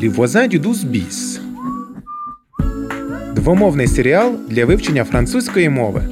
Les voisins du 12 bis. Двомовний серіал для вивчення французької мови.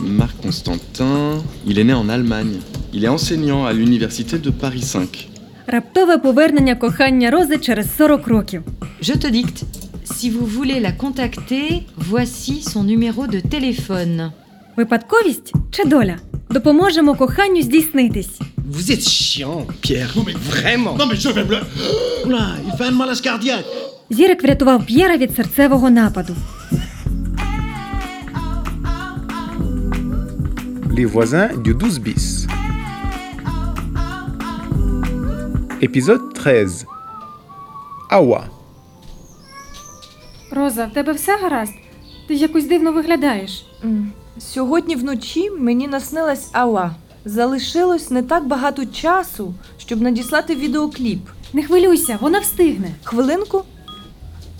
Marc Constantin, il est né en Allemagne. Il est enseignant à l'université de Paris 5. Раптове повернення кохання Рози через 40 років. Je te dicte. Si vous voulez la contacter, voici son numéro de téléphone. Випадковість чи доля? Допоможемо коханню здійснитись. Vous êtes chiant, Pierre. Non mais vraiment. Non mais je vais me le... Oula, il fait un malaise cardiaque Зірик врятував П'єра від серцевого нападу. Les voisins du 12 bis. Епізод 13. Ауа. Роза, в тебе все гаразд? Ти якось дивно виглядаєш. М. Сьогодні вночі мені наснилась Ауа. Залишилось не так багато часу, щоб надіслати відеокліп. Не хвилюйся, вона встигне. Хвилинку.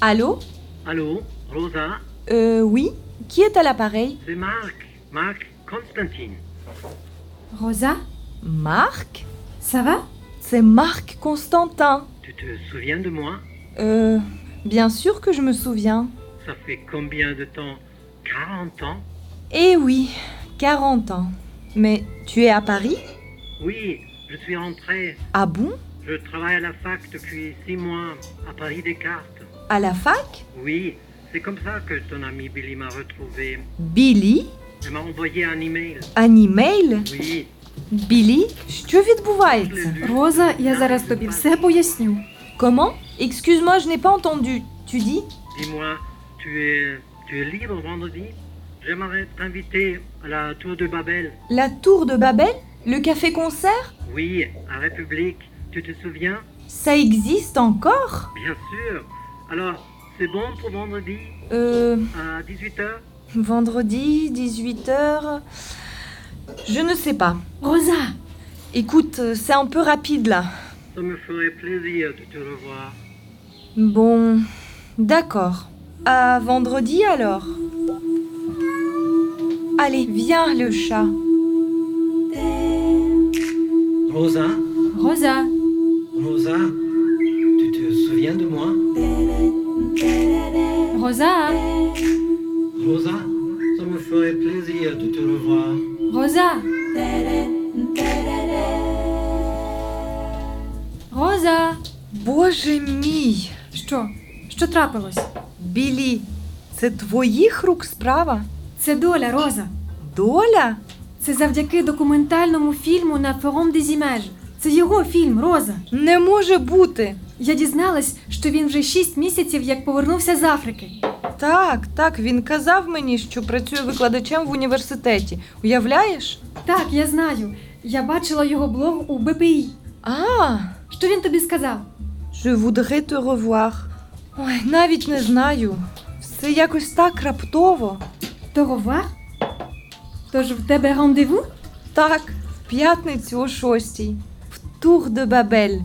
Алло? Allô, Rosa, Е, oui? Qui est à l'appareil? c'est Marc. Marc Constantine. Роза, Марк? сава? Це Марк Константин. Tu te souviens de moi Е, bien sûr que je me souviens. Ça fait combien de temps 40 ans Eh oui, 40 ans. Mais tu es à Paris? Oui, je suis rentré. Ah bon? Je travaille à la fac depuis 6 mois, à Paris Descartes. À la fac? Oui, c'est comme ça que ton ami Billy m'a retrouvé. Білі? Elle m'a envoyé un email. An email? Oui, Білі? Що je l'ai відбувається? lu. Роза, я зараз тобі все поясню. Comment Excuse-moi, je n'ai pas entendu. Tu dis Dis-moi, tu es, tu es libre vendredi J'aimerais t'inviter à la tour de Babel. La tour de Babel Le café-concert Oui, à République. Tu te souviens Ça existe encore Bien sûr. Alors, c'est bon pour vendredi Euh. à 18h Vendredi, 18h. Je ne sais pas. Роза, Écoute, euh, c'est un peu rapide là. Ça me ferait plaisir de te revoir. Bon. D'accord. À vendredi alors. Allez, viens le chat. Rosa, Роза, Rosa, tu te souviens de moi Роза, Rosa, ça me ferait plaisir de te revoir. Роза. Роза. Боже мій! Що? Що трапилось? Білі, це твоїх рук справа? Це доля, Роза. Доля? Це завдяки документальному фільму на Форум des Images. Це його фільм, Роза. Не може бути. Я дізналась, що він вже шість місяців як повернувся з Африки. Так, так, він казав мені, що працює викладачем в університеті. Уявляєш? Так, я знаю. Я бачила його блог у БПІ. А, Що він тобі сказав? je voudrais te revoir. Ой, навіть не знаю. Все якось так раптово. Тоговар? Тож в тебе рандеву? Так, в п'ятницю о шостій. В Тур де Бабель.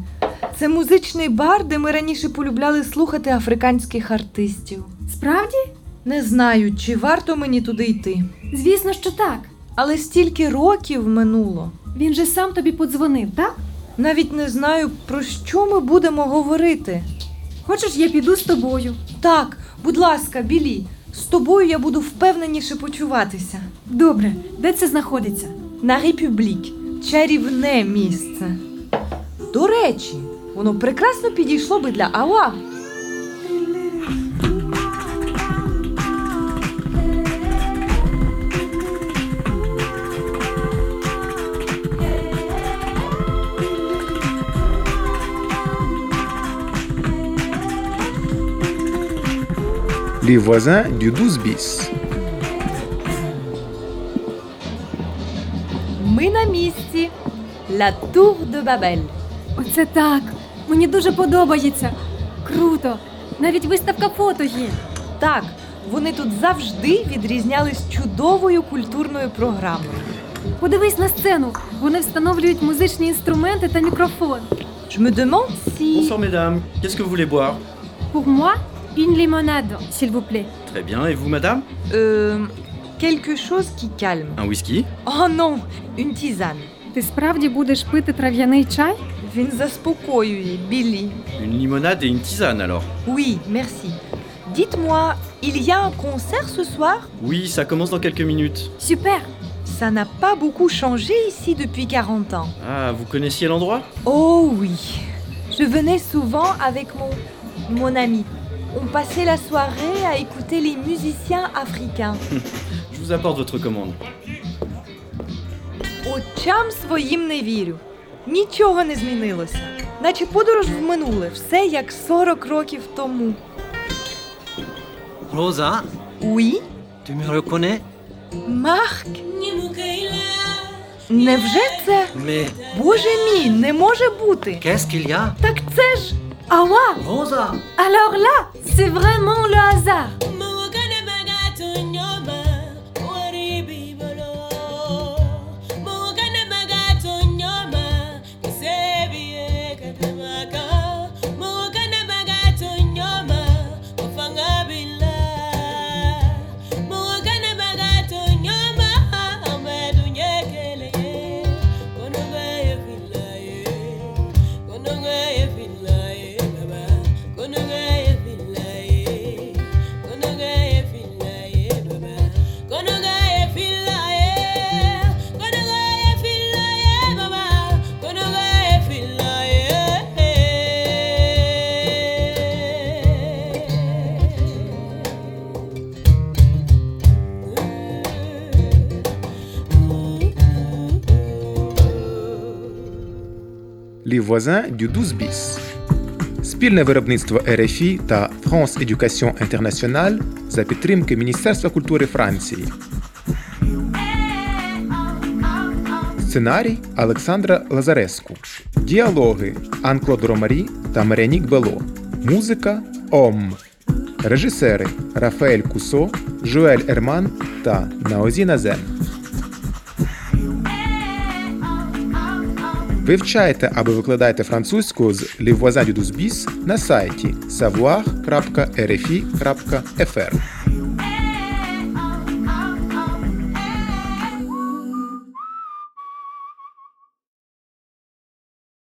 Це музичний бар, де ми раніше полюбляли слухати африканських артистів. Справді? Не знаю, чи варто мені туди йти. Звісно, що так. Але стільки років минуло. Він же сам тобі подзвонив, так? Навіть не знаю, про що ми будемо говорити. Хочеш, я піду з тобою. Так, будь ласка, білі, з тобою я буду впевненіше почуватися. Добре, де це знаходиться? На Репюблік чарівне місце. До речі, воно прекрасно підійшло би для Ауа. Les voisins du 12 bis. Ми на місці. Ла Тур де Бабель. Оце так. Мені дуже подобається. Круто. Навіть виставка фото є. Так, вони тут завжди відрізнялись чудовою культурною програмою. Подивись на сцену. Вони встановлюють музичні інструменти та мікрофон. Je me demande si... Bonsoir mesdames, qu'est-ce que vous voulez boire Pour moi, une limonade, s'il vous plaît. Très bien, et vous madame Euh, quelque chose qui calme. Un whisky Oh non, une tisane. Ти справді будеш пити трав'яний чай? Він заспокоює, Біллі. Une limonade et une tisane alors. Oui, merci. Dites-moi, il y a un concert ce soir Oui, ça commence dans quelques minutes. Супер! Ça n'a pas beaucoup changé ici depuis 40 ans. Ah, vous connaissiez l'endroit Oh oui, je venais souvent avec mon, mon ami. On passait la soirée à écouter les musiciens africains. Je vous apporte votre commande. Очам своїм не вірю. Нічого не змінилося. Наче подорож в минуле, все як 40 років тому. Rosa, Уї? tu me reconnais Марк? Невже це? Mais Боже мій, не може бути. qu'est-ce qu'il y a Так це ж Ауа! Rosa Alors là, c'est vraiment le hasard. Les voisins du 12 bis. Спільне виробництво РФІ та France Education International за підтримки Міністерства культури Франції. Сценарій Олександра Лазареску. Діалоги Анклод Ромарі та Марянік Бело. Музика Ом. Режисери Рафаель Кусо, Жуель Ерман та Наозі Назен. Вивчайте або викладайте французьку з Ліввазадідузбіс на сайті savoir.rfi.fr.